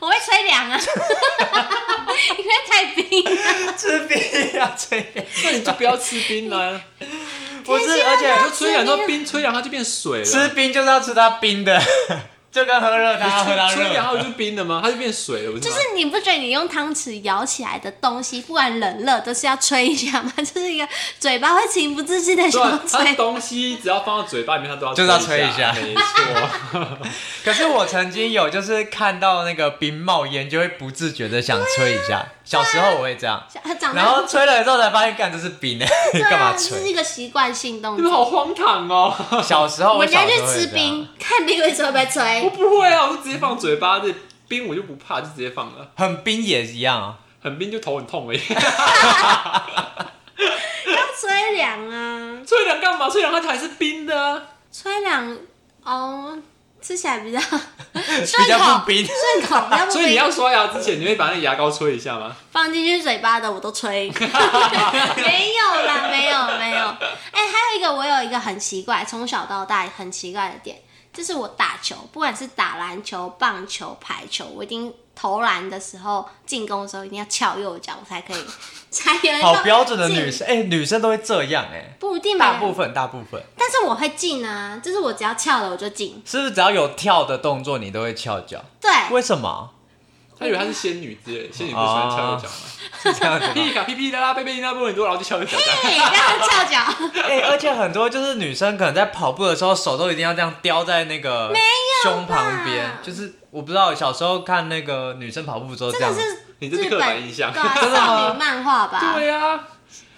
B: 我会吹凉啊， 因为太冰了。
C: 吃冰要 吹凉，
A: 那你就不要吃冰啦、
C: 不是，而且
A: 你就吹凉，
B: 吃冰啊
A: 说冰吹凉它就变水了。
C: 吃冰就是要吃它冰的， 就跟喝热汤要喝它
A: 吹
C: 热
A: 凉它
C: 的，
A: 就冰的吗？它就变水了，不是
B: 就
A: 吗？
B: 是你不觉得你用汤匙舀起来的东西，不管冷热，都是要吹一下吗？ 就是一个嘴巴会情不自禁的
A: 对啊
B: 想，
A: 它
B: 吹。
A: 东西只要放到嘴巴里面，它都要
C: 就是要
A: 吹
C: 吹一下
A: 没错。
C: 可是我曾经有就是看到那个冰冒烟，就会不自觉的想吹一
B: 啊
C: 下，小时候我会这样。
B: 它长
C: 然后
B: 大
C: 吹了之后才发现，干这是冰的，
B: 对
C: 干
B: 啊，
C: 嘛
B: 这是
C: 吹？
B: 一个习惯性 动
A: 你们好
B: 作。
A: 荒唐哦！
C: 小时候
B: 我
C: 小
B: 家
C: 时
B: 去
C: 候啊会
B: 吃
C: 这样，
B: 冰，看冰的时候被
A: 我
B: 吹。
A: 不会啊，我就直接放嘴巴，这冰我就不怕，就直接放了。
C: 很冰也一样啊。
A: 很冰就头很痛而已。
B: 要吹凉啊，
A: 吹凉干嘛？吹凉它还是冰的啊。
B: 吹凉哦，吃起来 比较
C: 比
B: 顺
C: 较
B: 口
C: 不，冰
B: 顺口，比较不
A: 所以你要
B: 冰。
A: 刷牙之前，你会把那个牙膏吹一下吗？
B: 放进去嘴巴的我都 吹，没有啦，没有没有。哎、还有一个我有一个很奇怪，从小到大很奇怪的点，就是我打球，不管是打篮球、棒球、排球，我一定投篮的时候、进攻的时候一定要翘右脚，我才可以， 才有
C: 好标准的女，生，哎、女生都会这样哎、
B: 不一定
C: 大
B: 吧
C: 部分大部分
B: 但是我会进啊，就是我只要翘了我就进。
C: 是不是只要有跳的动作，你都会翘脚？
B: 对，
C: 为什么？
A: 他以为他是仙女之类的，仙女不是喜欢
C: 哦
A: 翘右脚吗？
C: 是这样子吗
A: 屁卡屁屁啦啦，贝贝啦波很多，然后就翘右脚。
B: 嘿，让他翘脚，
C: 哎、而且很多就是女生可能在跑步的时候，手都一定要这样叼在那个胸旁边，就是我不知道，小时候看那个女生跑步都这
B: 这
C: 样
B: 个，是
A: 你这是
B: 日
A: 刻板
B: 本
A: 印象。
B: 对啊
C: 真的吗
B: 少女漫画吧？
A: 对啊，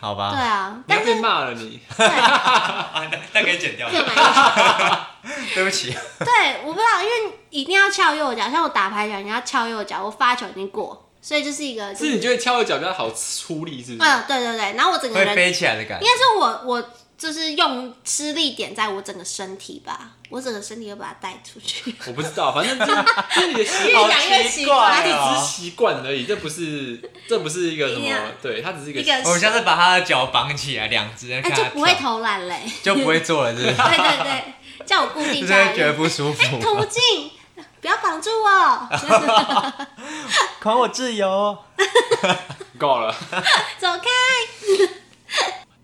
C: 好
B: 对
C: 吧？
B: 啊，
A: 你
B: 但
A: 要
B: 是
A: 被骂了你。
C: 啊，那那可以剪掉
B: 刻板印象
C: 对不起。
B: 对，我不知道，因为一定要翘右脚，像我打排球，你要翘右脚，我发球已经过，所以就是一个、就是
A: 你觉得翘右脚比较好出力，是不是？
B: 嗯，对对对，然后我整个
C: 会
B: 人
C: 飞起来的感
B: 应
C: 觉。
B: 该说我我就是用吃力点在我整个身体吧，我整个身体就把它带出去，
A: 我不知道，反正就是就是你的习
B: 越
A: 惯，
B: 讲越奇
C: 奇怪
A: 它
C: 哦
A: 只是习惯而已，这不是这不是一个什
B: 一定要
A: 么，对，它只是一个。
B: 一个
C: 我们下次把他的脚绑起来，两只，
B: 哎、
C: 看
B: 就
C: 他
B: 不会
C: 跳
B: 投篮 嘞，
C: 就不会做了， 是不是？
B: 对对对，叫我固定
C: 就
B: 下
C: 是
B: 来
C: 会觉得不舒服。
B: 途径。不要绑住我，
C: 还我自由！
A: 够了。
B: 走开！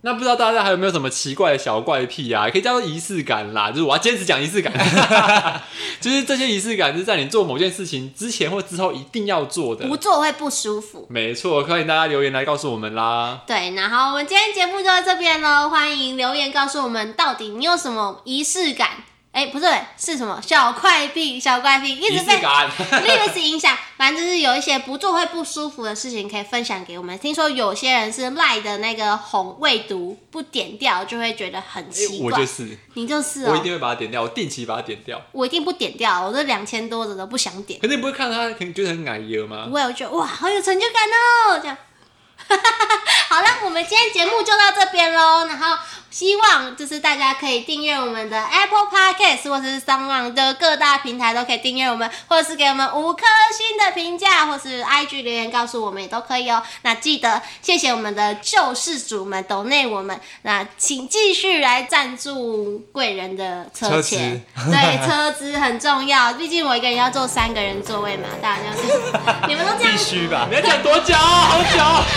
A: 那不知道大家还有没有什么奇怪的小怪癖啊？也可以叫做仪式感啦，就是我要坚持讲仪式感， 就是这些仪式感是在你做某件事情之前或之后一定要做的
B: 不。做会不舒服。
A: 没错，欢迎大家留言来告诉我们啦。
B: 对，然后我们今天节目就到这边喽，欢迎留言告诉我们到底你有什么仪式感。哎，不是，是什么小怪癖？小怪癖一
A: 仪
B: 直
A: 式
B: 被
A: 感，
B: Livis 影响，反正就是有一些不做会不舒服的事情可以分享给我们。听说有些人是赖的那个红未读不点掉，就会觉得很奇
A: 哎我
B: 怪。
A: 就是，
B: 你就是哦，
A: 我一定会把它点掉，我定期把它点掉。
B: 我一定不点掉，我这两千多的都不想点。
A: 可是你不会看到它，可能觉得很矮油吗？
B: 我有觉得哇，好有成就感哦，这样。 好了，我们今天节目就到这边喽。然后希望就是大家可以订阅我们的 Apple Podcast 或者是 s o n 的各大平台都可以订阅我们，或者是给我们五颗星的评价，或是 IG 留言告诉我们也都可以哦。那记得谢谢我们的救世主们抖内我们，那请继续来赞助贵人的车
C: 车
B: 钱
C: 资。
B: 对，车资很重要，毕竟我一个人要坐三个人座位嘛，大家就是 你们都这样
C: 必须吧
A: 你？要讲多久？好久。